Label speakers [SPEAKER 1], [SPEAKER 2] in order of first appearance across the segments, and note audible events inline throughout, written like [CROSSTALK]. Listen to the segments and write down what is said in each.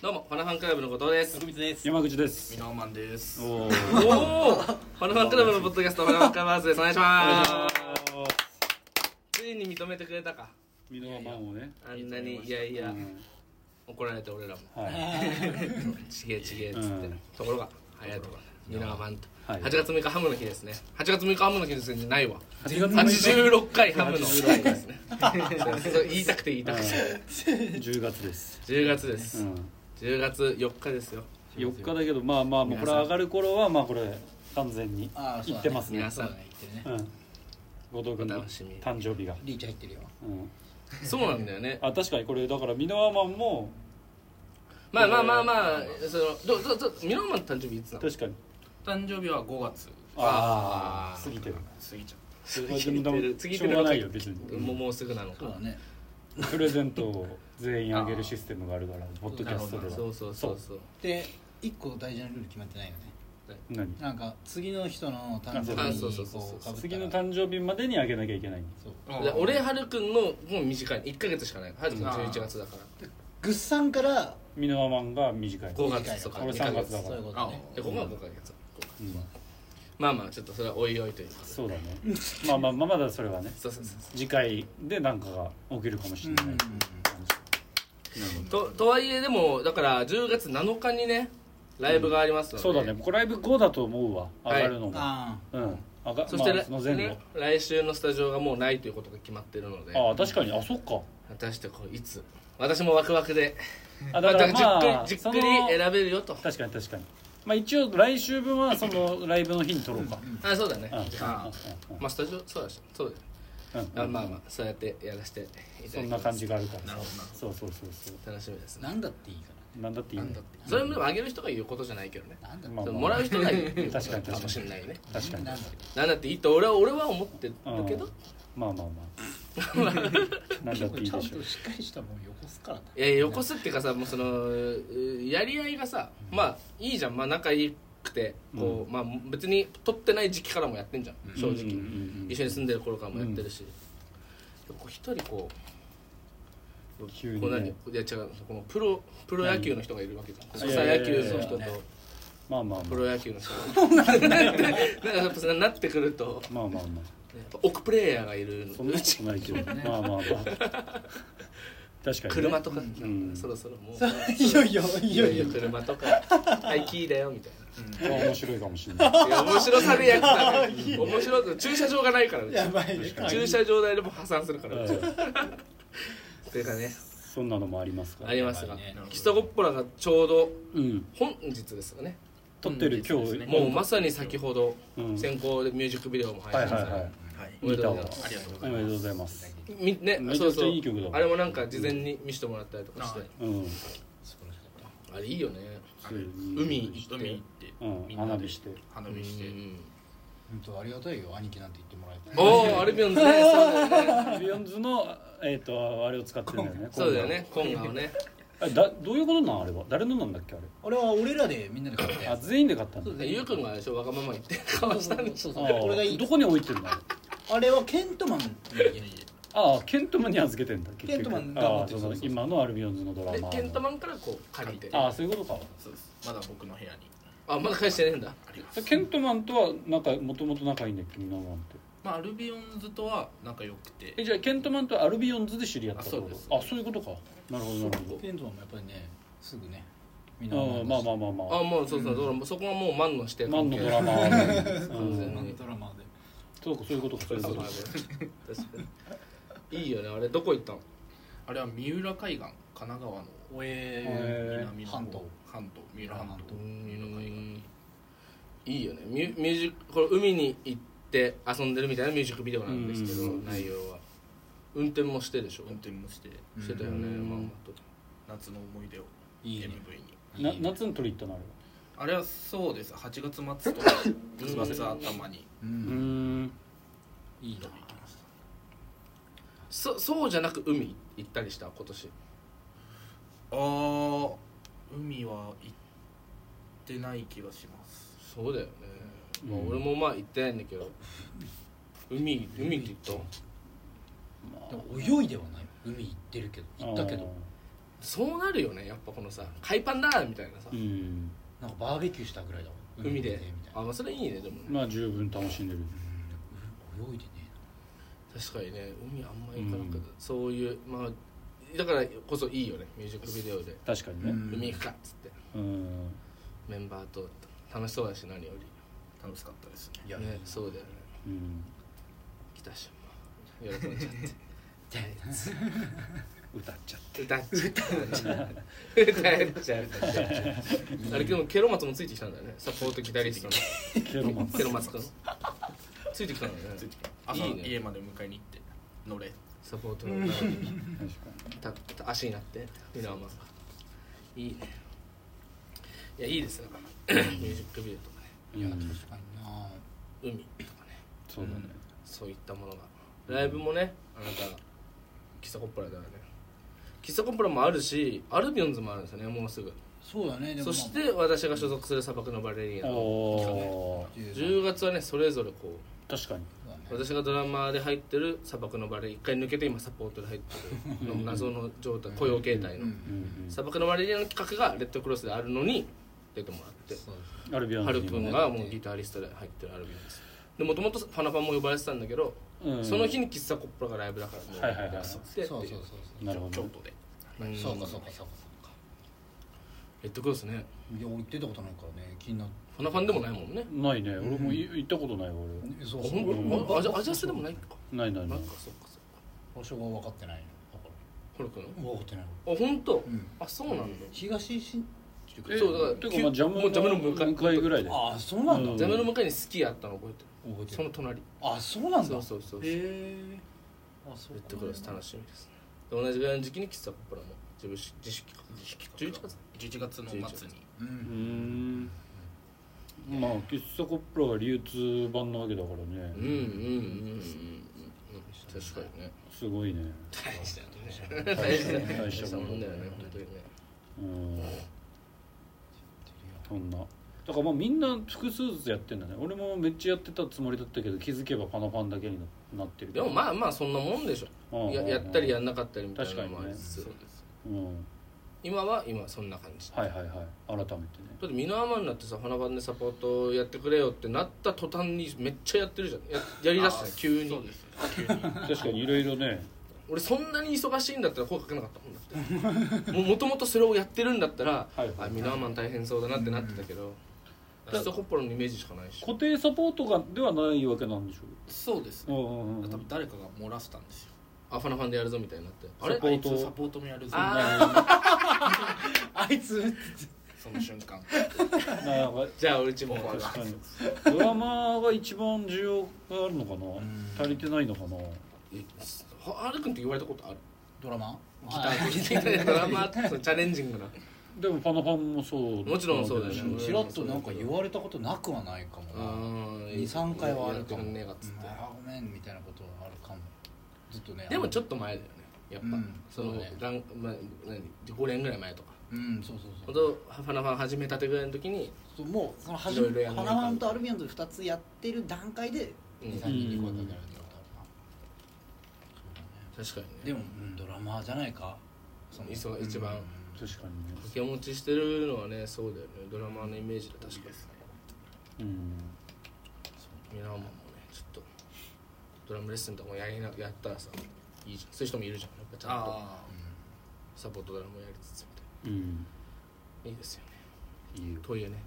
[SPEAKER 1] どうもファナファンクラブの後藤です
[SPEAKER 2] 徳光です。
[SPEAKER 3] 山口です
[SPEAKER 2] ミノーマンです。
[SPEAKER 3] おお
[SPEAKER 1] おお [LAUGHS] ファナファンクラブのポッドキャストファナファンクラブハウスですお願いしますついに認めてくれたか
[SPEAKER 3] ミノワマンをね
[SPEAKER 1] あんなにいやいや怒られて俺らも
[SPEAKER 3] うんはい
[SPEAKER 1] [LAUGHS] ちげえちげえっつって、
[SPEAKER 3] うん
[SPEAKER 1] ところが早いところミナーマンと、
[SPEAKER 3] はい
[SPEAKER 1] 8月6日ハムの日ですね8月6日ハムの日ですねじゃ [LAUGHS] ないわ
[SPEAKER 3] 8月
[SPEAKER 1] 86回ハムの日ですねそう言いたくて言いたくて
[SPEAKER 3] 10月です
[SPEAKER 1] 10月で
[SPEAKER 3] う
[SPEAKER 1] す
[SPEAKER 3] ん
[SPEAKER 1] 10月4日ですよ
[SPEAKER 3] 4日だけどまあまあもうこれ上がる頃はまあこれ完全に
[SPEAKER 2] ああ、
[SPEAKER 3] いってますね
[SPEAKER 1] 皆さん
[SPEAKER 2] 言ってるね。
[SPEAKER 3] うん後藤君
[SPEAKER 1] お
[SPEAKER 3] の
[SPEAKER 1] 楽しみ
[SPEAKER 3] 誕生日が
[SPEAKER 2] リーチ入ってるよ。
[SPEAKER 3] うん
[SPEAKER 1] そうなんだよね
[SPEAKER 3] あ確かにこれだからミノワマンも
[SPEAKER 1] まあまあまあまあそのどどどミノーマンの誕生日いつなの
[SPEAKER 3] 確かに
[SPEAKER 4] 誕生日は5月
[SPEAKER 3] あ
[SPEAKER 1] あー
[SPEAKER 3] あ過ぎてる
[SPEAKER 4] 過ぎちゃっ
[SPEAKER 3] 過ぎてる
[SPEAKER 1] 過ぎ
[SPEAKER 3] してょ
[SPEAKER 1] る
[SPEAKER 3] うがないよ別に
[SPEAKER 1] もうもうすぐなの
[SPEAKER 2] そう
[SPEAKER 1] か
[SPEAKER 2] だね。
[SPEAKER 3] プレゼントを全員あげるシステムがあるからポッドキャストでは
[SPEAKER 1] そうそうそうそう
[SPEAKER 2] で、一個大事なルール決まってないよね。
[SPEAKER 3] 何
[SPEAKER 2] なんか次の人の誕生
[SPEAKER 3] あ
[SPEAKER 2] 日
[SPEAKER 1] そうそう
[SPEAKER 2] に
[SPEAKER 1] そう
[SPEAKER 2] こう
[SPEAKER 1] そう
[SPEAKER 2] かぶ
[SPEAKER 3] 次の
[SPEAKER 2] 誕
[SPEAKER 3] 誕生日までにあげなきゃいけない
[SPEAKER 2] そう。
[SPEAKER 4] た
[SPEAKER 1] いや俺はるくんのもう短い1か月しかないはるくん
[SPEAKER 4] うん
[SPEAKER 1] 11月だか
[SPEAKER 2] グッさんから
[SPEAKER 3] ミノワマンが短い
[SPEAKER 1] ら5月とか
[SPEAKER 2] 短
[SPEAKER 3] 俺
[SPEAKER 1] 2
[SPEAKER 2] い
[SPEAKER 1] か
[SPEAKER 3] 3
[SPEAKER 1] 月
[SPEAKER 3] 月
[SPEAKER 1] とか
[SPEAKER 3] だから
[SPEAKER 2] そういうことね。
[SPEAKER 1] でここは5か月
[SPEAKER 3] うん
[SPEAKER 1] まあまあちょっとそれはおいおいということで
[SPEAKER 3] そうだねまあまあまあまだそれはね
[SPEAKER 1] そうそうそうそ
[SPEAKER 3] 次回で何かが起きるかもしれない、
[SPEAKER 2] うん
[SPEAKER 1] うととはいえでもだから10月7日にねライブがありますので、
[SPEAKER 3] そうだねコライブ5だと思うわ
[SPEAKER 1] は
[SPEAKER 3] 上
[SPEAKER 1] い
[SPEAKER 3] がるのも、
[SPEAKER 2] あ
[SPEAKER 3] うん上が
[SPEAKER 1] そして、
[SPEAKER 3] まあ、その前後、
[SPEAKER 1] ね来週のスタジオがもうないということが決まってるので
[SPEAKER 3] ああ確かにあそっか
[SPEAKER 1] 果たしてこういつ私もワクワクでま
[SPEAKER 3] あだ
[SPEAKER 1] あ
[SPEAKER 3] か
[SPEAKER 1] だ
[SPEAKER 3] ら
[SPEAKER 1] から
[SPEAKER 3] まあ
[SPEAKER 1] じっ
[SPEAKER 3] そ
[SPEAKER 1] く
[SPEAKER 3] の
[SPEAKER 1] りじっくり選べるよと
[SPEAKER 3] 確かに確かにまあ一応来週分はそのライブの日に撮ろうか
[SPEAKER 1] あそうだね
[SPEAKER 3] うんうん
[SPEAKER 4] あ
[SPEAKER 1] まあスタジオそうだしそうだよ
[SPEAKER 3] うん
[SPEAKER 1] あまあまあそうやってやらせていた
[SPEAKER 3] そ
[SPEAKER 1] だき
[SPEAKER 3] ん
[SPEAKER 1] ま
[SPEAKER 3] な
[SPEAKER 1] す
[SPEAKER 3] 感じがあるから
[SPEAKER 4] なるほどな
[SPEAKER 3] そうそうそうそ
[SPEAKER 1] 楽しみです
[SPEAKER 2] あ、
[SPEAKER 1] ね
[SPEAKER 2] なんだっていいか
[SPEAKER 3] うなんだっていい
[SPEAKER 1] なん
[SPEAKER 3] ね
[SPEAKER 1] だってそれもでもあげる人が言うことじゃないけどね
[SPEAKER 2] ら。なんだって
[SPEAKER 3] まあ
[SPEAKER 1] その
[SPEAKER 3] まあ
[SPEAKER 1] もらう人が言うこ
[SPEAKER 3] [LAUGHS] 確かに確
[SPEAKER 1] と
[SPEAKER 3] かに
[SPEAKER 1] かもしれないね
[SPEAKER 3] 確かに
[SPEAKER 2] なんだって
[SPEAKER 1] なんだっていいと俺は俺は思ってるけど
[SPEAKER 3] まあまあ
[SPEAKER 1] [LAUGHS]
[SPEAKER 3] まあなんだっていい
[SPEAKER 2] ちゃん
[SPEAKER 3] でしょう
[SPEAKER 2] としっかりしたもんよこすからだ。
[SPEAKER 1] いやよこすっていうかさもうそのうやり合いがさまあいいじゃんまあ仲良くてこう、まあ別に取ってない時期からもやってんじゃん正直、
[SPEAKER 3] うんうんうん
[SPEAKER 1] 一緒に住んでる頃からもやってるし、こう一人こう
[SPEAKER 3] 急にね
[SPEAKER 1] こう何いや違うこのプロプロ野球の人がいるわけじゃん
[SPEAKER 3] 何
[SPEAKER 1] 草野球の人
[SPEAKER 2] いやいやいやいや
[SPEAKER 1] と
[SPEAKER 3] まあまあま
[SPEAKER 1] プ
[SPEAKER 3] あ
[SPEAKER 1] ロ野球の人がなんかやっぱそうなってくると
[SPEAKER 3] まあまあま
[SPEAKER 1] [LAUGHS]
[SPEAKER 3] あ
[SPEAKER 1] やっぱ奥プレイヤーがいる
[SPEAKER 3] そんな
[SPEAKER 1] の
[SPEAKER 3] ことないけど
[SPEAKER 1] [LAUGHS]
[SPEAKER 3] まあまあまあ確かにね
[SPEAKER 1] 車とか、
[SPEAKER 3] ん
[SPEAKER 1] そろそろもう
[SPEAKER 2] いよいよい
[SPEAKER 1] い
[SPEAKER 2] よ
[SPEAKER 1] よ
[SPEAKER 2] い
[SPEAKER 1] い
[SPEAKER 2] よ
[SPEAKER 1] よ。車とか「はいキーだよ」みたい
[SPEAKER 3] 面白いかもしれない
[SPEAKER 1] ないや面白さでやってたね面白く駐車場がないからうち
[SPEAKER 2] やばいね。
[SPEAKER 1] 駐車場代でも破産するからうち
[SPEAKER 3] う
[SPEAKER 1] は
[SPEAKER 3] ん
[SPEAKER 1] というかね
[SPEAKER 3] そんなのもありますから
[SPEAKER 1] ありますが
[SPEAKER 2] やばいね
[SPEAKER 1] キスタゴッポラがちょうど
[SPEAKER 3] うん
[SPEAKER 1] 本日ですかね
[SPEAKER 3] 撮ってる今
[SPEAKER 4] そう
[SPEAKER 3] 日
[SPEAKER 4] ですね
[SPEAKER 1] もうまさに先ほど
[SPEAKER 3] うん
[SPEAKER 1] 先行でミュージックビデオも配
[SPEAKER 3] はい
[SPEAKER 1] 信
[SPEAKER 3] はい
[SPEAKER 1] され
[SPEAKER 3] は
[SPEAKER 4] はい
[SPEAKER 1] おめでとうございま
[SPEAKER 4] あ
[SPEAKER 1] す
[SPEAKER 4] りがとうご
[SPEAKER 3] いお
[SPEAKER 4] ざ
[SPEAKER 3] めでとうござい
[SPEAKER 4] います
[SPEAKER 3] ます
[SPEAKER 1] みね
[SPEAKER 3] めち
[SPEAKER 1] そ
[SPEAKER 3] ゃ
[SPEAKER 1] う
[SPEAKER 3] くちゃ
[SPEAKER 1] そう
[SPEAKER 3] いい曲だもん
[SPEAKER 1] あれもなんか事前に見せてもらったりとかして
[SPEAKER 4] はい
[SPEAKER 3] うん
[SPEAKER 1] あれいいよね
[SPEAKER 3] そう
[SPEAKER 1] 海
[SPEAKER 4] ちょっと見に行って
[SPEAKER 3] うん花火して
[SPEAKER 4] 花見して
[SPEAKER 1] うん
[SPEAKER 2] 本当ありがたいよ兄貴なんて言ってもらえて。
[SPEAKER 1] おおアルビオンズねそうだよね
[SPEAKER 3] ビヨンズのえっとあれを使ってるんだよ
[SPEAKER 1] [LAUGHS]
[SPEAKER 3] ね
[SPEAKER 1] そうだよねコンガをね
[SPEAKER 3] あだどういうことなんあれは誰のなんだっけあれ
[SPEAKER 2] 俺は俺らでみんなで買った
[SPEAKER 3] あ
[SPEAKER 2] やつ。
[SPEAKER 3] 全員で買ったんだ
[SPEAKER 1] ゆうくんがあれでしょわがまま言 [LAUGHS] って顔したんでしょ
[SPEAKER 2] そう
[SPEAKER 3] あ
[SPEAKER 2] そう。これがい
[SPEAKER 3] ー
[SPEAKER 2] い
[SPEAKER 3] ど。こに置いてるのあれ
[SPEAKER 2] あれはケントマンの家に
[SPEAKER 3] ああケントマンに預けてんだ結局
[SPEAKER 2] ケントマンが持ってる
[SPEAKER 3] ああそう
[SPEAKER 2] そう
[SPEAKER 3] そ
[SPEAKER 2] そうう
[SPEAKER 3] 今のアルビオンズのドラマ
[SPEAKER 1] で
[SPEAKER 3] ーの
[SPEAKER 1] ケントマンからこう借りて
[SPEAKER 3] ああそういうことか
[SPEAKER 4] そうですまだ僕の部屋に
[SPEAKER 1] あまだ返してねえんだ
[SPEAKER 4] あります
[SPEAKER 3] それケントマンとはなんかもともと仲いいんだっけミノマンって
[SPEAKER 4] まあアルビオンズとは仲良くて
[SPEAKER 3] えじゃあケントマンとアルビオンズで知り合ったってこと
[SPEAKER 4] あそうです
[SPEAKER 3] あそういうことかなるほどなるほ
[SPEAKER 2] ケントマンもやっぱりねすぐねみんな
[SPEAKER 3] どああまあま
[SPEAKER 2] あ
[SPEAKER 3] あまあま
[SPEAKER 1] あもうそうそうそうそこはもうマンのして
[SPEAKER 3] あマンのドラマ [LAUGHS] ーう
[SPEAKER 1] 完全
[SPEAKER 3] ん
[SPEAKER 1] に
[SPEAKER 2] ドラマで
[SPEAKER 3] そうかそういうことかそういう
[SPEAKER 1] そ
[SPEAKER 3] こ
[SPEAKER 1] う
[SPEAKER 3] と
[SPEAKER 1] だ
[SPEAKER 3] か
[SPEAKER 1] ね確かにいいよねあれどこ行ったの
[SPEAKER 4] あれは三浦海岸神奈川の
[SPEAKER 2] おえ
[SPEAKER 3] へ
[SPEAKER 4] 南の方
[SPEAKER 2] 半島
[SPEAKER 4] 半島三浦半島
[SPEAKER 2] う
[SPEAKER 4] 三浦海岸
[SPEAKER 1] いいよねミュミュージックこれ海に行って遊んでるみたいなミュージックビデオなんですけど
[SPEAKER 3] うん
[SPEAKER 1] 内容は運転もしてでしょ
[SPEAKER 4] 運転もして
[SPEAKER 1] してたよね
[SPEAKER 3] うん
[SPEAKER 1] まんまと
[SPEAKER 4] 夏の思い出を
[SPEAKER 2] いい
[SPEAKER 4] MV
[SPEAKER 2] ね
[SPEAKER 4] に
[SPEAKER 3] な夏に取り行ったのあれは
[SPEAKER 4] あれはそうです8月 [COUGHS] 末とか9月頭に
[SPEAKER 2] う
[SPEAKER 3] うんん
[SPEAKER 2] いいな
[SPEAKER 4] 飛び行きました
[SPEAKER 1] そそうじゃなく海行ったりした今年
[SPEAKER 4] あー海は行ってない気がします
[SPEAKER 1] そうだよね、まあ
[SPEAKER 3] うん
[SPEAKER 1] 俺もまあ行ってないんだけど海海って言った
[SPEAKER 2] でも泳いではない海行ってるけど行ったけど
[SPEAKER 1] そうなるよねやっぱこのさ海パンだみたいなさ、
[SPEAKER 3] うん
[SPEAKER 2] なんかバーベキューしたぐらいだもん
[SPEAKER 1] 海で
[SPEAKER 2] みたいな
[SPEAKER 1] あまあそれいいねでもね
[SPEAKER 3] まあ十分楽しんでる
[SPEAKER 2] うん泳いでね
[SPEAKER 1] 確かにね海あんま行かなくて、
[SPEAKER 3] うん
[SPEAKER 1] そういうまあだからこそいいよねミュージックビデオで
[SPEAKER 3] 確かにね
[SPEAKER 1] 海行くかっつって
[SPEAKER 3] うん
[SPEAKER 1] メンバーと楽しそうだし何より
[SPEAKER 4] 楽しかったですね
[SPEAKER 2] いや
[SPEAKER 1] ねそうだよね
[SPEAKER 3] うん
[SPEAKER 1] 来たし喜んじゃっ
[SPEAKER 3] 歌っちゃって
[SPEAKER 1] て歌っちゃう歌っちゃうあれでもケロマツもついてきたんだよねサポートギタリストの
[SPEAKER 3] ケロマン
[SPEAKER 1] ケロマツくんついてきたんだよね
[SPEAKER 4] ついてきて朝
[SPEAKER 1] いいね
[SPEAKER 4] 家まで迎えに行って乗れ
[SPEAKER 1] サポートの歌に
[SPEAKER 3] 確か
[SPEAKER 1] たた足になってミラーマンがいいねいやいいですよミュージックビデオとかね
[SPEAKER 3] にうん
[SPEAKER 2] 確かにな
[SPEAKER 1] 海とかね
[SPEAKER 3] そうだね
[SPEAKER 1] そういったものがライブもねあなた喫茶コンプラだよね喫茶コンプラもあるしアルビオンズもあるんですよねもうすぐ
[SPEAKER 2] そうだねでも
[SPEAKER 1] そ
[SPEAKER 2] まあ
[SPEAKER 1] して私が所属する砂漠のバレリーナの
[SPEAKER 3] おー
[SPEAKER 1] 10月はねそれぞれこ
[SPEAKER 3] 確かに
[SPEAKER 1] う私がドラマーで入ってる砂漠のバレー一回抜けて今サポートで入ってる謎の状態雇用形態の
[SPEAKER 2] うん
[SPEAKER 3] うん
[SPEAKER 1] 砂漠のバレリーナの企画がレッドクロスであるのに出てもらって
[SPEAKER 2] そう
[SPEAKER 3] うんアルビアン
[SPEAKER 1] ハ
[SPEAKER 3] ズ
[SPEAKER 1] ル
[SPEAKER 3] に
[SPEAKER 1] く
[SPEAKER 3] も
[SPEAKER 1] ん
[SPEAKER 3] ね
[SPEAKER 1] がもうギタリストで入ってるアルビオンですでもともとファナファンも呼ばれてたんだけど、
[SPEAKER 3] うん
[SPEAKER 1] その日に喫茶コップラがライブだからもう
[SPEAKER 3] はいはいはい
[SPEAKER 1] 出すって
[SPEAKER 2] そ
[SPEAKER 1] っ
[SPEAKER 2] う
[SPEAKER 1] て
[SPEAKER 2] そう
[SPEAKER 1] い
[SPEAKER 2] そう
[SPEAKER 3] なるほど
[SPEAKER 4] 京
[SPEAKER 3] ね
[SPEAKER 4] 都で
[SPEAKER 1] うん
[SPEAKER 2] そうそうかそうかそうかそうか
[SPEAKER 1] レッドクロスね
[SPEAKER 2] いや俺行ってたことないからね気になって
[SPEAKER 1] ファナファンでもないもんね
[SPEAKER 3] ないね俺もい行ったことないわ
[SPEAKER 2] そ
[SPEAKER 1] あ
[SPEAKER 2] う
[SPEAKER 1] ほ
[SPEAKER 2] そ
[SPEAKER 1] ん
[SPEAKER 2] う
[SPEAKER 1] とあアジャアジャスでもないか
[SPEAKER 3] 俺ないない
[SPEAKER 1] な
[SPEAKER 3] なんい
[SPEAKER 1] かそうかそう
[SPEAKER 2] 場所が分かってないのだか
[SPEAKER 1] かハルくん
[SPEAKER 2] ら分かってない
[SPEAKER 1] あ本当、
[SPEAKER 2] ん
[SPEAKER 1] あそうなんだ、
[SPEAKER 2] 東新宿
[SPEAKER 1] えそうだから
[SPEAKER 3] てかまあジャム
[SPEAKER 1] もうジャムの向かい
[SPEAKER 3] 向かいぐらいで
[SPEAKER 2] ああそうなんだ
[SPEAKER 3] うん
[SPEAKER 1] ジャムの向かいにスキーあったの覚えて
[SPEAKER 2] 覚え
[SPEAKER 1] る
[SPEAKER 2] て
[SPEAKER 1] その
[SPEAKER 2] る
[SPEAKER 1] 隣
[SPEAKER 2] あそうなん
[SPEAKER 1] そ
[SPEAKER 2] だ
[SPEAKER 1] うそうそうそうレッ
[SPEAKER 2] へえあそう
[SPEAKER 1] ドクロス楽しみですねで同じぐらいの時期に喫茶コップラも自分し自主企画11月
[SPEAKER 4] 11月の末に
[SPEAKER 2] う
[SPEAKER 3] うんんまあ喫茶コップラが流通版なわけだからね、
[SPEAKER 1] うんうんうんうんうんうん確かにね
[SPEAKER 3] すごいね
[SPEAKER 1] 大したね
[SPEAKER 3] 大したね
[SPEAKER 1] 大
[SPEAKER 3] 大
[SPEAKER 1] し
[SPEAKER 3] したた
[SPEAKER 1] も
[SPEAKER 3] も
[SPEAKER 1] ん
[SPEAKER 3] ん
[SPEAKER 1] だ
[SPEAKER 3] だ
[SPEAKER 1] よ
[SPEAKER 3] よ
[SPEAKER 1] ね
[SPEAKER 3] ね
[SPEAKER 1] 本当にね
[SPEAKER 3] うんそんなだからまあみんな複数ずつやってんだね俺もめっちゃやってたつもりだったけど気づけばパナパンだけになってる
[SPEAKER 1] でもま
[SPEAKER 3] あ、
[SPEAKER 1] あまあそんなもんでしょ
[SPEAKER 3] うん
[SPEAKER 1] ややったりやんなかったりみたいなの
[SPEAKER 3] 確
[SPEAKER 1] も
[SPEAKER 3] か
[SPEAKER 1] あ
[SPEAKER 3] に
[SPEAKER 1] り
[SPEAKER 3] ね
[SPEAKER 1] つつ
[SPEAKER 3] うんはい
[SPEAKER 1] 今は今そんな感じだ
[SPEAKER 3] はいはい改め
[SPEAKER 1] [LAUGHS]
[SPEAKER 3] てね
[SPEAKER 1] ってミノアマになってさ花番でサポートやってくれよってなった途端にめっちゃやってるじゃんややりだしたね急
[SPEAKER 4] そう
[SPEAKER 1] に
[SPEAKER 4] です急に
[SPEAKER 3] 確かにいろいろね
[SPEAKER 1] 俺そんなに忙しいんだったら声かけなかったもんだってもともとそれをやってるんだったら
[SPEAKER 3] はいはい
[SPEAKER 1] あミノアマン大変そうだなってなってたけど
[SPEAKER 3] うん
[SPEAKER 1] キストコッポロのイメージしかないし
[SPEAKER 3] 固定サポートがではないわけなんでしょ
[SPEAKER 4] [LAUGHS] そうです
[SPEAKER 3] う
[SPEAKER 4] ね
[SPEAKER 3] んうんうん
[SPEAKER 4] 多分誰かが漏らしたんですよ
[SPEAKER 1] あファナファンでやるぞみたいになってあ
[SPEAKER 4] あ
[SPEAKER 1] れ
[SPEAKER 4] れ
[SPEAKER 3] サポート
[SPEAKER 4] あいつサポートもやるぞ
[SPEAKER 1] あ
[SPEAKER 2] あいつ
[SPEAKER 4] その瞬間
[SPEAKER 3] なんか
[SPEAKER 1] じゃあ俺ちも
[SPEAKER 4] 僕は
[SPEAKER 3] 確かにドラマーが一番需要があるのかな足りてないのかな
[SPEAKER 1] はあるくんって言われたことある
[SPEAKER 2] ドラマ
[SPEAKER 1] ギターギタードラマーってそのチャレンジングな
[SPEAKER 3] でもパナパンもそう
[SPEAKER 1] もちろんそうだよね
[SPEAKER 2] ちらっとなんか言われたことなくはないかも23回はあ
[SPEAKER 1] や
[SPEAKER 2] るかも
[SPEAKER 1] ってくんねえかっつっ
[SPEAKER 2] うん
[SPEAKER 1] て
[SPEAKER 2] あごめんみたいなことはあるかもずっとね
[SPEAKER 1] でもち
[SPEAKER 2] ょっ
[SPEAKER 1] ょっと前だよねやっぱ、
[SPEAKER 2] うん
[SPEAKER 1] その
[SPEAKER 2] そうだね
[SPEAKER 1] ラン、まあ、何5年ぐらい前とか
[SPEAKER 2] とうんそうそうそ
[SPEAKER 1] 本
[SPEAKER 2] う
[SPEAKER 1] 当ファナファン始めたてぐらいの時に
[SPEAKER 2] そうもうその初
[SPEAKER 1] いろい
[SPEAKER 2] め
[SPEAKER 1] ろやんない
[SPEAKER 2] 花
[SPEAKER 1] と
[SPEAKER 2] マンとアルビアンズ2つやってる段階で
[SPEAKER 1] うん
[SPEAKER 2] 23人に声かけられたことある
[SPEAKER 1] 確かに
[SPEAKER 2] なで
[SPEAKER 1] ね
[SPEAKER 2] もうんドラマーじゃないかその
[SPEAKER 1] いそう一番
[SPEAKER 2] うん
[SPEAKER 3] 確かにね
[SPEAKER 1] 掛け持ちしてるのはねそうだよねドラマーのイメージだ確か
[SPEAKER 4] ですね
[SPEAKER 3] うん
[SPEAKER 1] ミラーマンもねちょっとドラムレッスンとかもやりなやったらさいいじゃんそういう人もいるじゃんやっぱちゃんと
[SPEAKER 4] あ
[SPEAKER 1] サポートドラムやりつつみたい
[SPEAKER 3] うん
[SPEAKER 1] ないいですよね
[SPEAKER 3] いいよ、
[SPEAKER 1] というね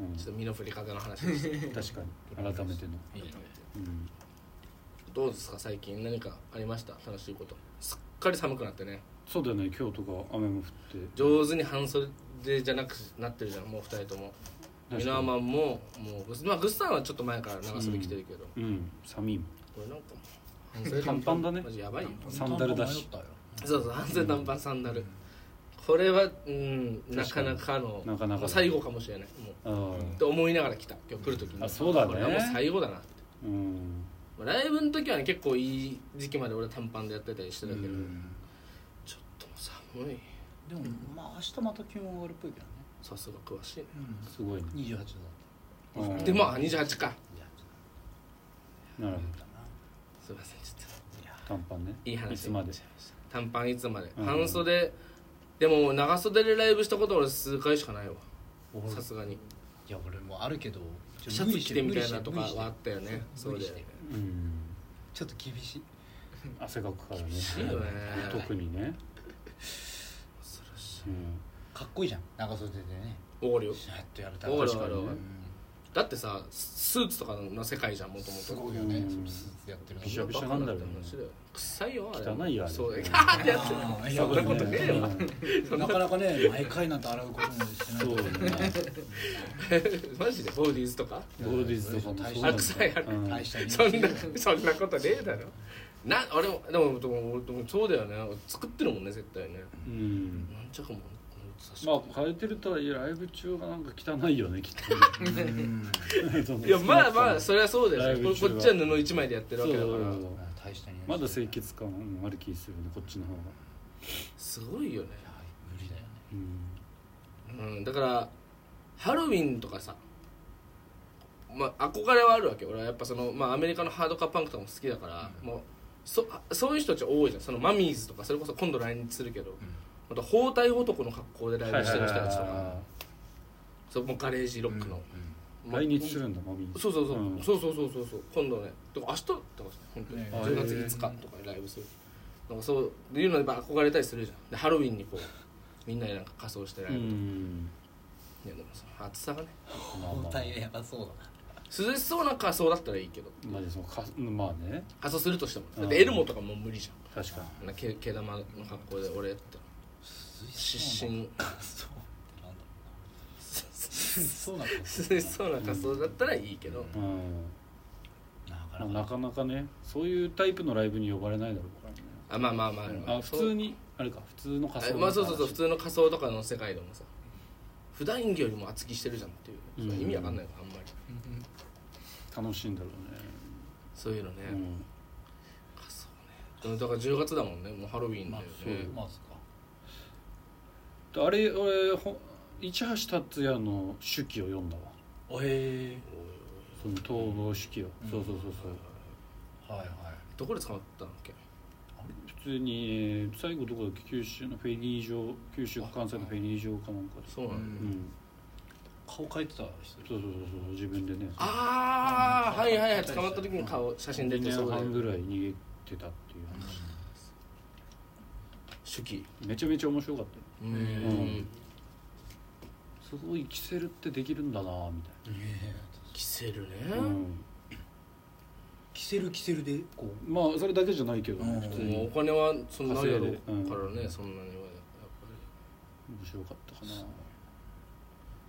[SPEAKER 3] うん
[SPEAKER 1] ちょっと身の振り方の話
[SPEAKER 3] [LAUGHS]
[SPEAKER 1] でした
[SPEAKER 3] 確かに改めての、
[SPEAKER 4] あ [LAUGHS] いいね
[SPEAKER 3] うん、
[SPEAKER 1] どうですか最近何かありました楽しいことすっかり寒くなってね
[SPEAKER 3] そうだよね今日とか雨も降って
[SPEAKER 1] 上手に半袖じゃなくなってるじゃんもう二人ともミノアマンももうグス,、まあ、グスさんはちょっと前から長袖着てるけど、
[SPEAKER 3] うん寒いもん
[SPEAKER 1] これなんかもう半袖
[SPEAKER 3] 短パンだね
[SPEAKER 1] マジやばいよ
[SPEAKER 3] サンダルだし
[SPEAKER 2] 迷ったよ
[SPEAKER 1] そうそう半袖短パンサンダル、これはうんなかなかの
[SPEAKER 3] なかなか
[SPEAKER 1] もう最後かもしれないもう
[SPEAKER 3] あー
[SPEAKER 1] って思いながら来た今日来る時に
[SPEAKER 3] あそうだね
[SPEAKER 1] これはもう最後だなって
[SPEAKER 3] うん
[SPEAKER 1] まあライブの時はね結構いい時期まで俺短パンでやってたりしてたけど、
[SPEAKER 2] うん
[SPEAKER 1] ちょっと寒い
[SPEAKER 2] でもまあ明日また気温上がるっぽいけどね
[SPEAKER 1] さすが詳しいね
[SPEAKER 3] すごいね
[SPEAKER 2] 28度だっ
[SPEAKER 3] うん
[SPEAKER 1] でまあ28か
[SPEAKER 3] な
[SPEAKER 2] た
[SPEAKER 3] るほど
[SPEAKER 2] な
[SPEAKER 1] すいませんちょっ
[SPEAKER 3] 短パンね
[SPEAKER 1] といい話
[SPEAKER 3] いつまで
[SPEAKER 1] 短パンいつまで
[SPEAKER 3] うん
[SPEAKER 1] 半袖でも長袖でライブしたこと俺数回しかないわ
[SPEAKER 3] 俺
[SPEAKER 1] さすがに
[SPEAKER 2] いや俺もあるけどちょ
[SPEAKER 1] シャツ着てみたいなとか
[SPEAKER 2] 無理して
[SPEAKER 1] はあったよねそ
[SPEAKER 2] 無
[SPEAKER 1] う
[SPEAKER 2] 理
[SPEAKER 1] で
[SPEAKER 2] して
[SPEAKER 3] うん
[SPEAKER 2] ちょっと厳しい
[SPEAKER 3] 汗かくからね
[SPEAKER 1] いいよね
[SPEAKER 3] 特にね、
[SPEAKER 1] 恐ろしい
[SPEAKER 3] うん
[SPEAKER 2] かっこいいじゃん長袖でね
[SPEAKER 1] わかるよ
[SPEAKER 2] シャーッとやるた
[SPEAKER 1] わかる
[SPEAKER 3] 確かにね
[SPEAKER 1] わかるわかるだってさスーツとかの世界じゃんもとも
[SPEAKER 2] す
[SPEAKER 1] と
[SPEAKER 2] ごいよね
[SPEAKER 3] うん
[SPEAKER 2] スーツでやってるの
[SPEAKER 3] びしょびしょなんだろうね
[SPEAKER 1] 臭いよあれ
[SPEAKER 3] 汚いよあれ
[SPEAKER 1] そうだよ [LAUGHS] ガーってやって
[SPEAKER 2] あー
[SPEAKER 1] そんなことねえよ
[SPEAKER 2] なかなかね毎回なんて洗うこともしてない
[SPEAKER 3] そうね
[SPEAKER 1] るマジでボーディーズとか
[SPEAKER 3] ボーディーズとかもそうなんだ
[SPEAKER 1] あ臭いあれ
[SPEAKER 3] うん
[SPEAKER 2] 大した
[SPEAKER 1] そんな
[SPEAKER 2] ね
[SPEAKER 1] そんなことねえだろな俺もでもでもでもそうだよね作ってるもんね絶対ね
[SPEAKER 3] うん
[SPEAKER 1] なんちゃかも確か
[SPEAKER 3] まあ変えてるとはいえライブ中がなんか汚いよねきっ
[SPEAKER 2] うん
[SPEAKER 3] と
[SPEAKER 1] [LAUGHS] いやまあまあそれはそうだよ
[SPEAKER 3] ライ
[SPEAKER 1] ね
[SPEAKER 3] ブ
[SPEAKER 1] こ
[SPEAKER 3] 中は
[SPEAKER 1] こっちは布一枚でやってる
[SPEAKER 3] そ
[SPEAKER 1] わけ
[SPEAKER 3] う
[SPEAKER 1] だ
[SPEAKER 3] そ
[SPEAKER 1] か
[SPEAKER 3] う
[SPEAKER 1] ら
[SPEAKER 3] そう
[SPEAKER 2] 大したね
[SPEAKER 3] まだ清潔感ある気するねこっちの方が
[SPEAKER 1] すごいよね
[SPEAKER 2] いや無理だよね
[SPEAKER 3] うん
[SPEAKER 1] うんだからハロウィンとかさまあ憧れはあるわけ俺はやっぱそのまあアメリカのハードカーパンクとかも好きだから、もうそそういう人たち多いじゃんそのマミーズとかそれこそ今度来日するけど、また包帯男の格好でライブしてる人たちと
[SPEAKER 3] はいはいはい
[SPEAKER 1] か
[SPEAKER 3] は
[SPEAKER 1] そうもうガレージロックの、
[SPEAKER 3] い来日するんだマミー
[SPEAKER 1] そうそうそう、
[SPEAKER 3] うん
[SPEAKER 1] そうそうそうそうそう今度ねとか明日とかですね本当に、
[SPEAKER 2] ね
[SPEAKER 1] 10月5日とかにライブするなんかそういうのでやっぱ憧れたりするじゃんでハロウィンにこうみんなでなんか仮装してライ
[SPEAKER 3] う
[SPEAKER 1] ブ、い
[SPEAKER 3] ん
[SPEAKER 1] やでもその暑さがね
[SPEAKER 3] まあ
[SPEAKER 2] 包
[SPEAKER 3] まあ
[SPEAKER 2] 帯やばそうだな
[SPEAKER 1] 涼しそうな仮装だったらいいけど
[SPEAKER 3] まあでもそのかまあね
[SPEAKER 1] 仮装するとしてもだっ
[SPEAKER 3] う
[SPEAKER 1] て
[SPEAKER 3] ん
[SPEAKER 1] エルモとかもう無理じゃ
[SPEAKER 3] 確かに
[SPEAKER 1] んあんな毛毛玉の格好で俺やったら失神
[SPEAKER 2] そうってなんだろうなそうなんだ
[SPEAKER 1] 涼しそうな仮装だったらいいけど、
[SPEAKER 3] うんまあ
[SPEAKER 2] な
[SPEAKER 3] な
[SPEAKER 2] か
[SPEAKER 3] かなかねそういうタイプのライブに呼ばれないだろうからね
[SPEAKER 1] あまあまあまあ、
[SPEAKER 3] あ普通
[SPEAKER 1] に
[SPEAKER 3] にあれか普通の仮
[SPEAKER 1] あ
[SPEAKER 3] 装
[SPEAKER 1] まあそうそうそう普
[SPEAKER 3] の
[SPEAKER 1] 通の仮装とかの世界でもさ普段着よりも厚着してるじゃんっていう
[SPEAKER 3] うん
[SPEAKER 1] それ意味わかんないからあんまり
[SPEAKER 3] 楽しいんだろ
[SPEAKER 1] そういうのね、
[SPEAKER 3] うねうん
[SPEAKER 1] 仮装ねだから10月だもんねもうハロウィーンだ
[SPEAKER 2] まあ
[SPEAKER 1] よね、
[SPEAKER 2] そうまあそうか
[SPEAKER 3] あれ俺ほ市橋達也の手記を読んだわ
[SPEAKER 2] おへえ
[SPEAKER 3] その逃亡手記を、
[SPEAKER 2] うん
[SPEAKER 3] そうそうそうそう
[SPEAKER 2] はいはい
[SPEAKER 1] どこで捕まったんだっけ
[SPEAKER 3] 普通にえー最後どこだっけ九州のフェリー場九州関西のフェリー場かなんかで
[SPEAKER 1] そうなんだ、
[SPEAKER 2] うん
[SPEAKER 3] うん
[SPEAKER 2] 顔変えてた人
[SPEAKER 3] そうそうそうそう自分でね
[SPEAKER 1] ああはいはいはい捕まった時に顔写真出
[SPEAKER 3] 2
[SPEAKER 1] て
[SPEAKER 3] 年
[SPEAKER 1] そうだよ
[SPEAKER 3] 半ぐらい逃げてたっていう話
[SPEAKER 1] 手記
[SPEAKER 3] めちゃめちゃ面白かったよ
[SPEAKER 1] うん
[SPEAKER 3] んすごいキセルってできるんだなみたい
[SPEAKER 1] 着せるね、
[SPEAKER 3] な、うん
[SPEAKER 2] 着せる着せるでこう
[SPEAKER 3] まあそれだけじゃないけどね
[SPEAKER 2] うん
[SPEAKER 3] 普通に
[SPEAKER 1] もうお
[SPEAKER 3] 面
[SPEAKER 1] 金はそんなないやろう
[SPEAKER 3] 稼いでうん
[SPEAKER 1] からね、そんなにはやっぱ
[SPEAKER 3] 白かったかな
[SPEAKER 1] り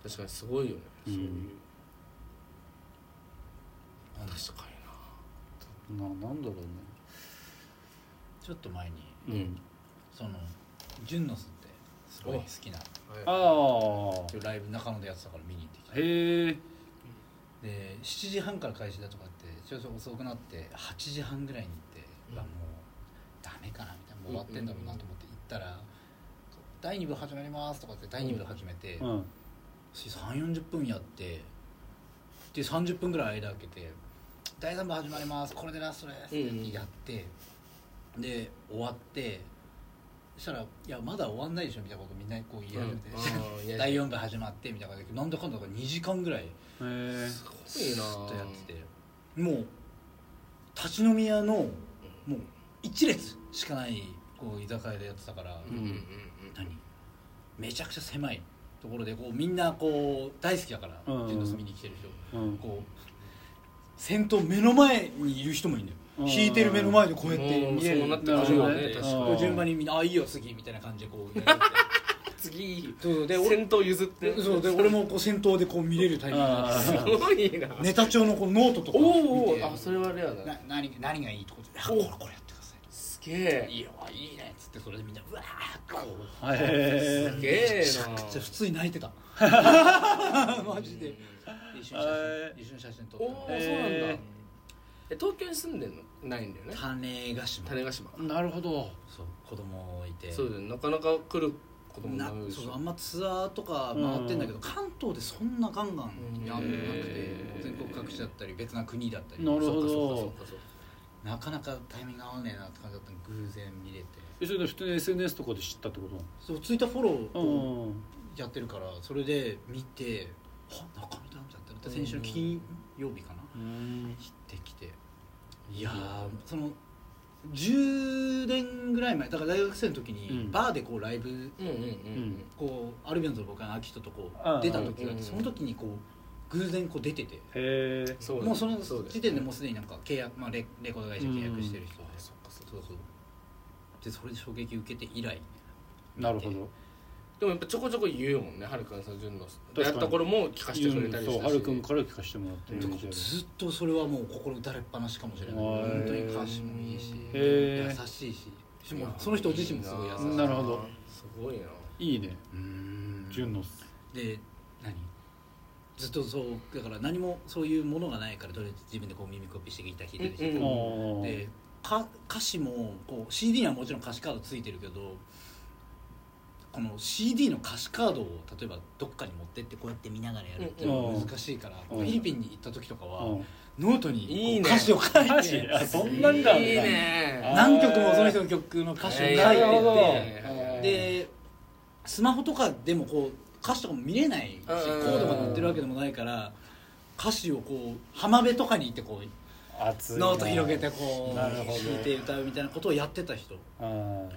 [SPEAKER 1] 確かにすごいよね、
[SPEAKER 3] うん
[SPEAKER 1] そういう
[SPEAKER 2] なんだ
[SPEAKER 1] 確か
[SPEAKER 3] ななんだろ
[SPEAKER 2] ちょっと前に
[SPEAKER 3] うねうん
[SPEAKER 2] そのジュンノスってすごい好きな
[SPEAKER 1] にな、はい、
[SPEAKER 3] あ
[SPEAKER 2] ライブ中野でやってたから見に行ってき
[SPEAKER 3] あへえ
[SPEAKER 2] てで7時半から開始だとかってちょっと遅くなって8時半ぐらいに行って、
[SPEAKER 1] うん
[SPEAKER 2] うわもうダメかなみたいなもう終わってんだろうなと思って行ったら「第2部始まります」とかって第2部始めて、
[SPEAKER 3] うん
[SPEAKER 2] 3四4 0分やってで30分ぐらい間空けて「第3部始まりますこれでラストです」
[SPEAKER 1] うんうん
[SPEAKER 2] ってやってで終わってそしたら「いやまだ終わんないでしょ」みたいなことみんなこう言い始めて、
[SPEAKER 1] うんあー
[SPEAKER 2] 第4部始まってみたいな感じでなんだかんだ2時間ぐらい
[SPEAKER 3] へえ
[SPEAKER 1] す
[SPEAKER 2] ず
[SPEAKER 1] ごいな
[SPEAKER 2] っとやっててもう立ち飲み屋のもう一列しかないこう居酒屋でやってたから、
[SPEAKER 1] うんうんうん
[SPEAKER 2] 何めちゃくちゃ狭いところでこうみんなこう大好きだから
[SPEAKER 3] うん
[SPEAKER 2] ジェンドス見に来てる人
[SPEAKER 3] うん
[SPEAKER 2] こう先頭目の前にいる人もいるんだよ
[SPEAKER 3] うん
[SPEAKER 2] 引いてる目の前でこうやって
[SPEAKER 1] うん
[SPEAKER 2] 見える
[SPEAKER 1] そうなって
[SPEAKER 3] くるよ
[SPEAKER 2] な
[SPEAKER 3] ね
[SPEAKER 2] るほど
[SPEAKER 3] 確かに
[SPEAKER 2] こう順番にみんな「あいいよ次」みたいな感じでこうやって
[SPEAKER 1] 次
[SPEAKER 2] てそうで俺
[SPEAKER 1] 先頭譲って
[SPEAKER 2] そうで俺もこう先頭でこう見れるタイミングがあって
[SPEAKER 1] すごいな
[SPEAKER 2] ネタ帳のこうノートとか
[SPEAKER 1] おお
[SPEAKER 2] 見
[SPEAKER 1] お
[SPEAKER 2] て
[SPEAKER 1] おあそれはレアだ
[SPEAKER 2] な
[SPEAKER 1] ね
[SPEAKER 2] 何何がいいとかって「あこ
[SPEAKER 1] お
[SPEAKER 2] れ
[SPEAKER 1] う
[SPEAKER 2] これやってください」
[SPEAKER 1] すげえ
[SPEAKER 2] いいよいいね」っつってそれでみんなうわーこう
[SPEAKER 3] へ
[SPEAKER 1] す
[SPEAKER 3] え
[SPEAKER 1] げえ
[SPEAKER 2] めっちゃ普
[SPEAKER 1] な
[SPEAKER 2] 通に泣いて [LAUGHS] たマジで一緒に写
[SPEAKER 3] え
[SPEAKER 2] 真
[SPEAKER 3] ー
[SPEAKER 2] 一緒に写真撮っ
[SPEAKER 1] おおそうなんだ
[SPEAKER 2] て
[SPEAKER 3] へー
[SPEAKER 1] え東京に住んでんのないんだよね
[SPEAKER 2] 種ヶ島
[SPEAKER 1] 種子島
[SPEAKER 3] なるほど
[SPEAKER 2] そう子供いて
[SPEAKER 1] そうだよねなかなか来ることも
[SPEAKER 2] な
[SPEAKER 1] ないでし
[SPEAKER 2] そうあ
[SPEAKER 1] ょ
[SPEAKER 2] んまツアーとか回ってんだけど、関東でそんなガンガンやんなくて、
[SPEAKER 3] へー
[SPEAKER 2] 全国各地だったり別な国だったり
[SPEAKER 3] なるほど
[SPEAKER 1] そうかそうかそうかそうか
[SPEAKER 2] なかなかタイミング合わねえなって感じだったの偶然見れて
[SPEAKER 3] えそれで普通に SNS とかで知ったってこと
[SPEAKER 2] そうツイッターフォロー
[SPEAKER 3] な
[SPEAKER 2] を
[SPEAKER 3] の
[SPEAKER 2] やってるからそれで見て「あ中身だ」みたいになって先週の金曜日かな
[SPEAKER 3] うん
[SPEAKER 2] 行ってきていやーその10年ぐらい前だから大学生の時に
[SPEAKER 3] うん
[SPEAKER 2] バーでこうライブ
[SPEAKER 1] うんうんうん
[SPEAKER 3] うん
[SPEAKER 2] こうアルビオンズの僕が秋人とこ
[SPEAKER 3] ああ
[SPEAKER 2] う出た時が
[SPEAKER 1] う
[SPEAKER 2] あっ
[SPEAKER 1] ん
[SPEAKER 2] てその時にこう偶然こう出てて
[SPEAKER 3] へえ
[SPEAKER 1] そうだね
[SPEAKER 2] もうその
[SPEAKER 1] うだよ
[SPEAKER 2] 時点でもうすでになんか契約まあレレコード会社契約してる人で
[SPEAKER 1] うんあ
[SPEAKER 2] そそうそうでそれで衝撃受けて以来
[SPEAKER 3] なるほど
[SPEAKER 1] でもやっぱちょこちょこ言うもんねはるくんさ純の
[SPEAKER 3] かに
[SPEAKER 1] やった頃も聞かせてくれたり
[SPEAKER 3] うん
[SPEAKER 1] し
[SPEAKER 3] そう
[SPEAKER 1] た
[SPEAKER 3] は
[SPEAKER 1] し
[SPEAKER 3] るくんから聞かせてもらってるイメージある
[SPEAKER 2] ずっとそれはもう心打たれっぱなしかもしれない
[SPEAKER 3] へー
[SPEAKER 2] 本当に歌詞もいいし
[SPEAKER 3] へ
[SPEAKER 2] 優
[SPEAKER 3] ー
[SPEAKER 2] しいししもその人自身もすごい優しい
[SPEAKER 3] なるほど
[SPEAKER 1] すごいない
[SPEAKER 3] いね
[SPEAKER 2] うん
[SPEAKER 3] 純の
[SPEAKER 2] で何ずっとそうだから何もそういうものがないからとりあえず自分でこう耳コピーしてギター弾いたりして
[SPEAKER 1] うん
[SPEAKER 2] て、
[SPEAKER 3] あ
[SPEAKER 2] でか歌詞もこう CD にはもちろん歌詞カードついてるけどこの CD の歌詞カードを例えばどっかに持ってってこうやって見ながらやるっていうのは難しいから、
[SPEAKER 3] うん
[SPEAKER 2] フィリピンに行った時とか
[SPEAKER 3] あ
[SPEAKER 2] は、
[SPEAKER 3] うん
[SPEAKER 2] ノートに
[SPEAKER 1] いいね
[SPEAKER 2] こう歌詞を書いて
[SPEAKER 3] 歌詞あそんなにだ
[SPEAKER 1] いいね
[SPEAKER 2] 何曲もその人の曲の歌詞を書いてて、
[SPEAKER 3] なるほど
[SPEAKER 2] でスマホとかでもこう歌詞とかも見れないしコ
[SPEAKER 1] うんうんうん
[SPEAKER 2] ードが載ってるわけでもないから歌詞をこう浜辺とかに行ってこう
[SPEAKER 3] 熱いな
[SPEAKER 2] ノート広げてこう
[SPEAKER 3] なるほ
[SPEAKER 2] 弾
[SPEAKER 3] ど
[SPEAKER 2] いて歌うみたいなことをやってた人
[SPEAKER 3] あー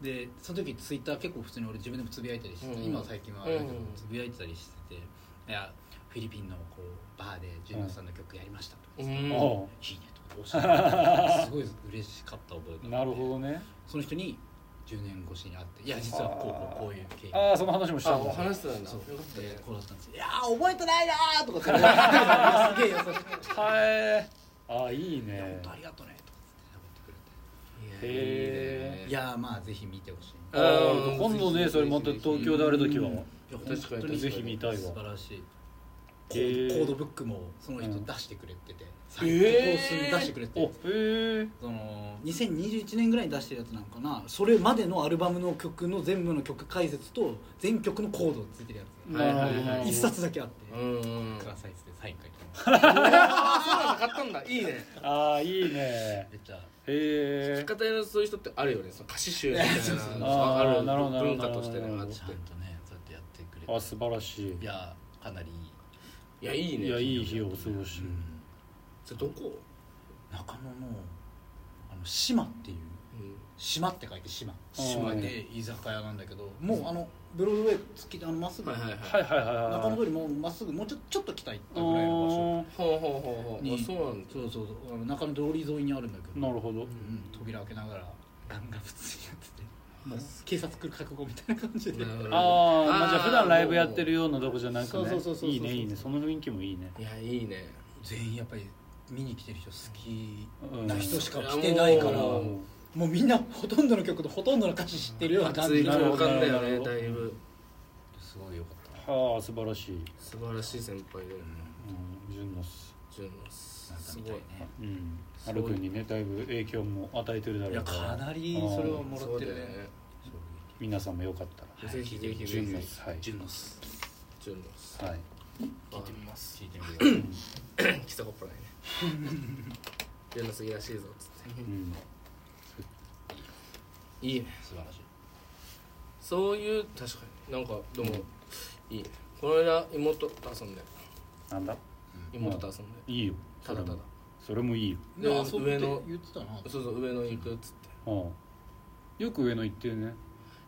[SPEAKER 2] でその時ツイッター結構普通に俺自分でもつぶやいたりして、
[SPEAKER 1] うん
[SPEAKER 2] 今は最近はあれだけど
[SPEAKER 1] うん
[SPEAKER 2] つぶやいてたりしてていやフィリピンのこうバーでジュニアさんの曲やりましたとか、
[SPEAKER 1] うん
[SPEAKER 2] いいね
[SPEAKER 1] うん
[SPEAKER 3] お
[SPEAKER 2] と
[SPEAKER 3] う
[SPEAKER 2] か教えてすごい嬉しかった覚えがあって
[SPEAKER 3] なるほどね
[SPEAKER 2] その人に10年越しに会っていや実はこうこうこういう経緯
[SPEAKER 3] ああその話もし
[SPEAKER 1] あ
[SPEAKER 3] たん
[SPEAKER 1] お
[SPEAKER 3] だ
[SPEAKER 1] 話してたんだ
[SPEAKER 2] そう
[SPEAKER 1] よかった
[SPEAKER 2] で
[SPEAKER 1] ね
[SPEAKER 2] こうだったんですよいやー覚えてないなー
[SPEAKER 1] [LAUGHS]
[SPEAKER 2] とかって言われてすげえ優しくて
[SPEAKER 3] はいあーいい
[SPEAKER 2] いや本
[SPEAKER 3] ね
[SPEAKER 2] 当ありがとうねとかって喋ってくれ
[SPEAKER 3] へ
[SPEAKER 2] ていやーまあぜひ見てほしい
[SPEAKER 1] あ
[SPEAKER 2] い
[SPEAKER 1] ー
[SPEAKER 3] あー今度ねそれまた東京である時は
[SPEAKER 2] や
[SPEAKER 1] 確かに
[SPEAKER 2] 本当
[SPEAKER 3] ぜひ見たいわ
[SPEAKER 2] 素晴らしいコ
[SPEAKER 3] へー
[SPEAKER 2] ーコードブックもその人
[SPEAKER 3] うん
[SPEAKER 2] 出してくれてて最高
[SPEAKER 1] ー
[SPEAKER 2] 数に出してくれ
[SPEAKER 3] おへ
[SPEAKER 2] て
[SPEAKER 3] え
[SPEAKER 2] その2021年ぐらいに出してるやつなのかなそれまでのアルバムの曲の全部の曲解説と全曲のコードついてるやつ
[SPEAKER 1] はいはいはい
[SPEAKER 2] 一冊だけあって
[SPEAKER 1] うんうん
[SPEAKER 2] クラサイズでサイン書いてもら
[SPEAKER 1] あそうなの買ったんだいいね
[SPEAKER 3] ああいいね
[SPEAKER 2] うめっちゃ
[SPEAKER 1] 聞
[SPEAKER 3] へ
[SPEAKER 1] き
[SPEAKER 3] え
[SPEAKER 1] 方のそういう人ってあるよねその歌詞集みた
[SPEAKER 3] [LAUGHS]
[SPEAKER 1] い
[SPEAKER 2] そうそう
[SPEAKER 1] なの
[SPEAKER 3] あー
[SPEAKER 1] がある
[SPEAKER 3] なるほど
[SPEAKER 1] 文化としてね
[SPEAKER 3] なるほど
[SPEAKER 1] あっ
[SPEAKER 2] ち
[SPEAKER 1] て
[SPEAKER 2] ゃんとねそうやってやってくれ
[SPEAKER 3] あ
[SPEAKER 2] て
[SPEAKER 3] 素晴らしい
[SPEAKER 2] いやかなりいい
[SPEAKER 1] いやいいね
[SPEAKER 3] いやいい日を過ごし
[SPEAKER 2] うん
[SPEAKER 1] それどこ
[SPEAKER 2] 中野のあの島っていう島って書いて島島で居酒屋なんだけどもうあのブロードウェイ突きあのまっすぐ
[SPEAKER 1] はいはい
[SPEAKER 2] 中
[SPEAKER 1] は
[SPEAKER 3] はいいはいはいはい
[SPEAKER 2] 野通りもうまっすぐもうちょちょっと北行ったぐらいの場所
[SPEAKER 3] あ
[SPEAKER 1] ほうほうほうほう
[SPEAKER 2] に
[SPEAKER 1] あそうなんだ
[SPEAKER 2] そうそうそうあの中野通り沿いにあるんだけ
[SPEAKER 3] ー
[SPEAKER 2] ど
[SPEAKER 3] なるほど
[SPEAKER 2] うん扉開けながらガンガン普通にやっててもう警察来る覚悟みたいな感じで
[SPEAKER 1] なるほど
[SPEAKER 3] あーまあじゃあ普段ライブやってるようなとこじゃなく
[SPEAKER 2] そう
[SPEAKER 3] ね
[SPEAKER 2] そうそうそうそう
[SPEAKER 3] いいねいいねその雰囲気もいいね
[SPEAKER 1] いやいいね
[SPEAKER 2] 全員やっぱり見に来てる人好き
[SPEAKER 3] うん
[SPEAKER 2] な人しか来てないから、
[SPEAKER 1] うん
[SPEAKER 2] もうみんなほとんどの曲とほとんどの歌詞知ってるような感
[SPEAKER 1] 熱
[SPEAKER 2] じ
[SPEAKER 1] い
[SPEAKER 2] の
[SPEAKER 3] なる
[SPEAKER 1] 共
[SPEAKER 3] ほど
[SPEAKER 1] 感だよ
[SPEAKER 3] なる
[SPEAKER 1] ね
[SPEAKER 3] ほど
[SPEAKER 1] だいぶ
[SPEAKER 2] すごいよかった
[SPEAKER 3] はあ素晴らしい
[SPEAKER 1] 素晴らしい先輩だよね
[SPEAKER 3] うん純のす
[SPEAKER 1] 純の
[SPEAKER 2] なんか
[SPEAKER 1] す
[SPEAKER 2] 見
[SPEAKER 1] ご
[SPEAKER 2] たい
[SPEAKER 1] い
[SPEAKER 2] ね
[SPEAKER 3] うん
[SPEAKER 1] す
[SPEAKER 3] は
[SPEAKER 1] ごい
[SPEAKER 3] るくんにねだいぶ影響も与えてるだ
[SPEAKER 2] い
[SPEAKER 3] ろ
[SPEAKER 2] や
[SPEAKER 3] うから
[SPEAKER 2] かなりそれはもら
[SPEAKER 1] そ
[SPEAKER 2] っ
[SPEAKER 1] う
[SPEAKER 2] て
[SPEAKER 1] だ
[SPEAKER 2] る
[SPEAKER 1] よ
[SPEAKER 2] ね
[SPEAKER 1] ね
[SPEAKER 3] 皆さんもよかったら
[SPEAKER 1] ぜひぜひぜ
[SPEAKER 3] 純の
[SPEAKER 1] ひ
[SPEAKER 3] すはい
[SPEAKER 2] ジュンノス
[SPEAKER 1] 純の
[SPEAKER 3] はい
[SPEAKER 4] 聞いてみます
[SPEAKER 2] 聞いてみるよ
[SPEAKER 1] 基礎コップないね [LAUGHS] 純のすぎらしいぞつっ
[SPEAKER 3] うん
[SPEAKER 1] ていいね
[SPEAKER 2] 素晴らしい
[SPEAKER 1] そういう確かになんかでもいいねこの間妹と遊んで
[SPEAKER 3] なんだ
[SPEAKER 1] 妹と遊んで
[SPEAKER 3] いいよ
[SPEAKER 1] ただただ
[SPEAKER 3] それもいいよ
[SPEAKER 1] で
[SPEAKER 2] であそう
[SPEAKER 1] 上の
[SPEAKER 2] って言ってたな
[SPEAKER 1] そうそう上野行くっつって
[SPEAKER 3] うんよく上野行ってるね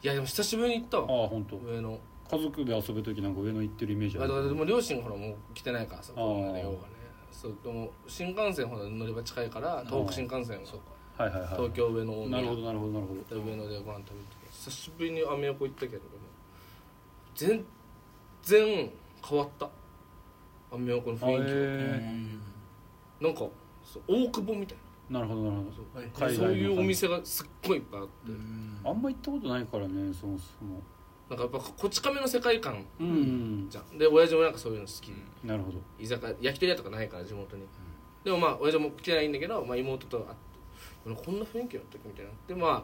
[SPEAKER 1] いやでも久しぶりに行った
[SPEAKER 3] ああ
[SPEAKER 1] わ
[SPEAKER 3] 本当。
[SPEAKER 1] 上野
[SPEAKER 3] 家族で遊ぶ時なんか上野行ってるイメージあ
[SPEAKER 1] あだからで
[SPEAKER 3] る
[SPEAKER 1] も両親ほらもう来てないからさ
[SPEAKER 3] あー
[SPEAKER 1] この間ね用がねそうでも新幹線ほら乗り場近いから東北新幹線は
[SPEAKER 2] そうか
[SPEAKER 3] はいはいはい
[SPEAKER 1] 東京上野大宮
[SPEAKER 3] なるほどなるほどなるほど
[SPEAKER 1] で上野でご飯食べて久しぶりにアメ横行ったけど全然変わったアメ横の雰囲
[SPEAKER 2] う
[SPEAKER 3] へ
[SPEAKER 2] ん
[SPEAKER 1] 気なんかそう大久保みたい
[SPEAKER 3] えなるほどなるほど
[SPEAKER 1] な
[SPEAKER 2] はい
[SPEAKER 1] そうそ
[SPEAKER 3] 海外の
[SPEAKER 1] ういうお店がすっごいいっぱいあって、
[SPEAKER 2] うん
[SPEAKER 3] あんま行ったことないからねそもそも
[SPEAKER 1] なんかやっぱこち亀の世界観
[SPEAKER 3] うん、うん、
[SPEAKER 1] じゃんで親父もなんかそういうの好き、
[SPEAKER 3] なるほど
[SPEAKER 1] 居酒屋焼き鳥屋とかないから地元に、でもまあ親父も来てないんだけど、まあ、妹と会ってこんな雰囲気だったっけみたいになってまあ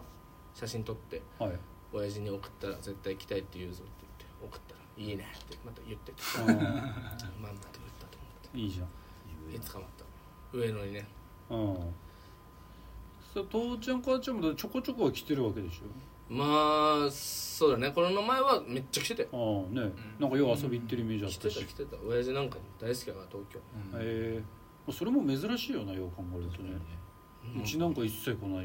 [SPEAKER 1] 写真撮って
[SPEAKER 3] はい
[SPEAKER 1] [LAUGHS] 親父に送ったら絶対来たいって言うぞって言って送ったら「いいね」ってまた言ってて
[SPEAKER 3] あー
[SPEAKER 1] まんまと言ったと思
[SPEAKER 3] いいじゃん
[SPEAKER 1] っていつ捕まった上野にね
[SPEAKER 3] うんそう父ちゃん母ちゃんもちょこちょこは来てるわけでし
[SPEAKER 1] まあそうだねこれの前はめっちゃ来てたよ
[SPEAKER 3] ょああね、
[SPEAKER 4] ん
[SPEAKER 3] なんかよう遊び行ってるイメージあっ
[SPEAKER 1] 来て
[SPEAKER 3] た
[SPEAKER 1] た
[SPEAKER 3] し、
[SPEAKER 1] 来てた親父なんかも大好きだから東京
[SPEAKER 4] うん
[SPEAKER 3] ええそれも珍しいよなよう考えるとね、うちなんか一切来ないわ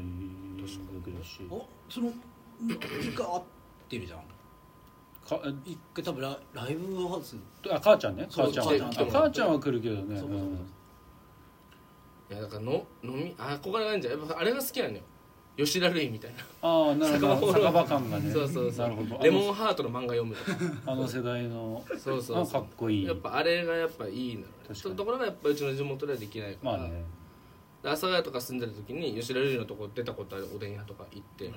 [SPEAKER 3] けだし
[SPEAKER 2] おその一回会ってるじゃん
[SPEAKER 3] かえ
[SPEAKER 2] 一回多分ラライブハウス
[SPEAKER 3] とあ母ちゃんね
[SPEAKER 2] そう
[SPEAKER 3] 母ちゃんは
[SPEAKER 1] 来て来て
[SPEAKER 3] あ
[SPEAKER 1] もらって
[SPEAKER 3] 母ちゃんは来るけどね
[SPEAKER 2] そうかそうかそうか
[SPEAKER 1] いやだからの飲み憧れがあるんじゃんやっぱあれが好きなのよ吉田類みたいな、
[SPEAKER 3] ああなるほ
[SPEAKER 1] 酒場
[SPEAKER 3] ど酒場感がね
[SPEAKER 1] そうそうそう
[SPEAKER 3] なるほど
[SPEAKER 1] レモンハートの漫画読むとか
[SPEAKER 3] あの世代の
[SPEAKER 1] [LAUGHS] そうそ
[SPEAKER 3] あ
[SPEAKER 1] う
[SPEAKER 3] か
[SPEAKER 1] そ
[SPEAKER 3] っこいうい
[SPEAKER 1] やっぱあれがやっぱいいのよ
[SPEAKER 3] かに
[SPEAKER 1] そういうところがやっぱうちの地元ではできないから、
[SPEAKER 3] まあね
[SPEAKER 1] で阿佐ヶ谷とか住んでる時に吉田類のとこ出たことあるおでん屋とか行って、
[SPEAKER 3] う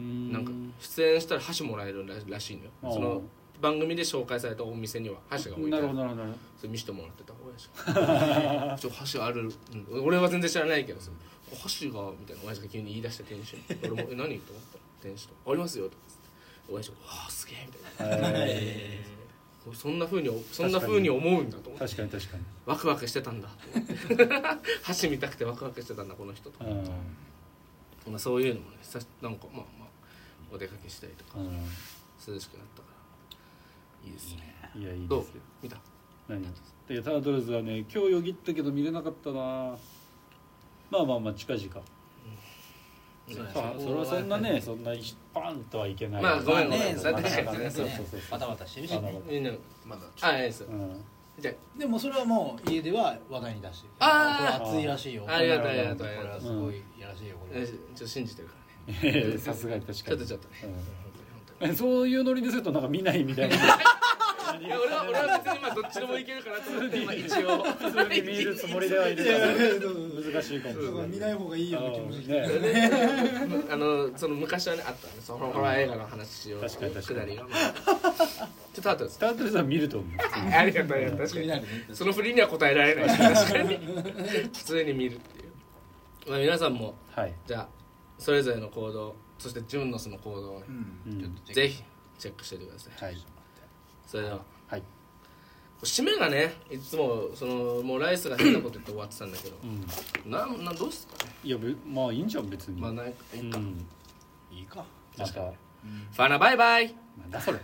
[SPEAKER 3] ーん
[SPEAKER 1] なんか出演したら箸もらえるららしいのよ
[SPEAKER 3] あー
[SPEAKER 1] その番組で紹介されたお店には箸が置いて
[SPEAKER 3] な
[SPEAKER 1] あ
[SPEAKER 3] る
[SPEAKER 1] る
[SPEAKER 3] ほどなるほどなるほ
[SPEAKER 1] それ見せてもらってた親父
[SPEAKER 3] [LAUGHS]
[SPEAKER 1] がちょ箸ある、うん俺は全然知らないけどさ箸がみたいな親父が急に言い出した店主に俺も「え何?」と思ったら店主と「ありますよ」とか言って親父が「わあすげえ」みたいな
[SPEAKER 3] どはい
[SPEAKER 2] え
[SPEAKER 1] そんなふうにそんなふうに思うんだと思って [LAUGHS]
[SPEAKER 3] 確かに確かに
[SPEAKER 1] ワクワクしてたんだと思って箸見たくてワクワクしてたんだこの人と、
[SPEAKER 3] うん
[SPEAKER 1] まあ、そういうのもねさなんかまあまあお出かけしたりとか
[SPEAKER 3] う
[SPEAKER 1] 涼しくなったからいいですね
[SPEAKER 3] んいやいい
[SPEAKER 1] ど
[SPEAKER 3] で
[SPEAKER 1] う
[SPEAKER 3] すよ
[SPEAKER 1] 見た
[SPEAKER 3] 何いやタートルズはね今日よぎったけど見れなかったなまあまあまあ近々
[SPEAKER 2] ーそうだ
[SPEAKER 3] まあそれはそんな
[SPEAKER 2] やっ
[SPEAKER 3] ねそんな一般とはいけない
[SPEAKER 1] まあごめ
[SPEAKER 2] ぱり
[SPEAKER 1] んごめん
[SPEAKER 2] ね
[SPEAKER 1] それは
[SPEAKER 2] まあ
[SPEAKER 1] 確かに
[SPEAKER 2] ね
[SPEAKER 1] ね
[SPEAKER 2] そ
[SPEAKER 1] そううそう
[SPEAKER 2] そ
[SPEAKER 1] う
[SPEAKER 2] そ
[SPEAKER 3] そうう
[SPEAKER 2] バタバタしてるしね
[SPEAKER 1] みんな
[SPEAKER 4] まだ
[SPEAKER 1] あいいです
[SPEAKER 3] うん
[SPEAKER 1] じゃあ
[SPEAKER 2] でもそれはもう家では話題に出してる
[SPEAKER 1] あー
[SPEAKER 2] これ熱いらしいよ
[SPEAKER 1] ありがとうありがとうあり
[SPEAKER 2] こ
[SPEAKER 1] が
[SPEAKER 2] れ
[SPEAKER 1] と
[SPEAKER 2] は
[SPEAKER 1] う
[SPEAKER 2] すごいいやらしいよこ
[SPEAKER 1] え
[SPEAKER 2] れは
[SPEAKER 1] ちょっと信じてるからね
[SPEAKER 3] いやいやさすがに確
[SPEAKER 1] ちょ
[SPEAKER 3] か
[SPEAKER 1] っと
[SPEAKER 3] に
[SPEAKER 1] ちょっとね本当に本当
[SPEAKER 3] うんえそういうノリでするとなんか見ないみたいな
[SPEAKER 1] にいや俺は俺は別にまあどっちでもいけるかなと思って
[SPEAKER 2] [LAUGHS]
[SPEAKER 1] 今一応
[SPEAKER 3] 普通に見るつもりではいるから難しいかもしれない
[SPEAKER 2] 見ない方がいいような気もしてきた
[SPEAKER 3] ね
[SPEAKER 1] あのその昔はねあったねそのホラー映画の話しよう
[SPEAKER 3] 確かに確かに
[SPEAKER 1] くだりがまあちょっとあったんです
[SPEAKER 3] スタートルズは見ると思う
[SPEAKER 1] ありがとうありがとう確
[SPEAKER 2] 気
[SPEAKER 1] か
[SPEAKER 2] に
[SPEAKER 1] に
[SPEAKER 2] なるね
[SPEAKER 1] その振りには答えられない確かに普通に見るっていうまあ皆さんも
[SPEAKER 3] はい、
[SPEAKER 1] じゃあそれぞれの行動そしてジュンノスの行動をね
[SPEAKER 2] うん
[SPEAKER 3] うん
[SPEAKER 2] ちょっと
[SPEAKER 1] ぜひチェックしておいてください
[SPEAKER 3] はい
[SPEAKER 1] それでは
[SPEAKER 3] はい
[SPEAKER 1] 締めがねいつもそのもうライスが変なこと言って終わってたんだけど
[SPEAKER 3] うん、
[SPEAKER 1] なんなんどうすかね
[SPEAKER 3] いやぶまあいいんじゃん別に、
[SPEAKER 1] まあなんかいいか、
[SPEAKER 3] うん、
[SPEAKER 2] いいか
[SPEAKER 3] また
[SPEAKER 1] ファナバイバイ
[SPEAKER 3] なんだそれ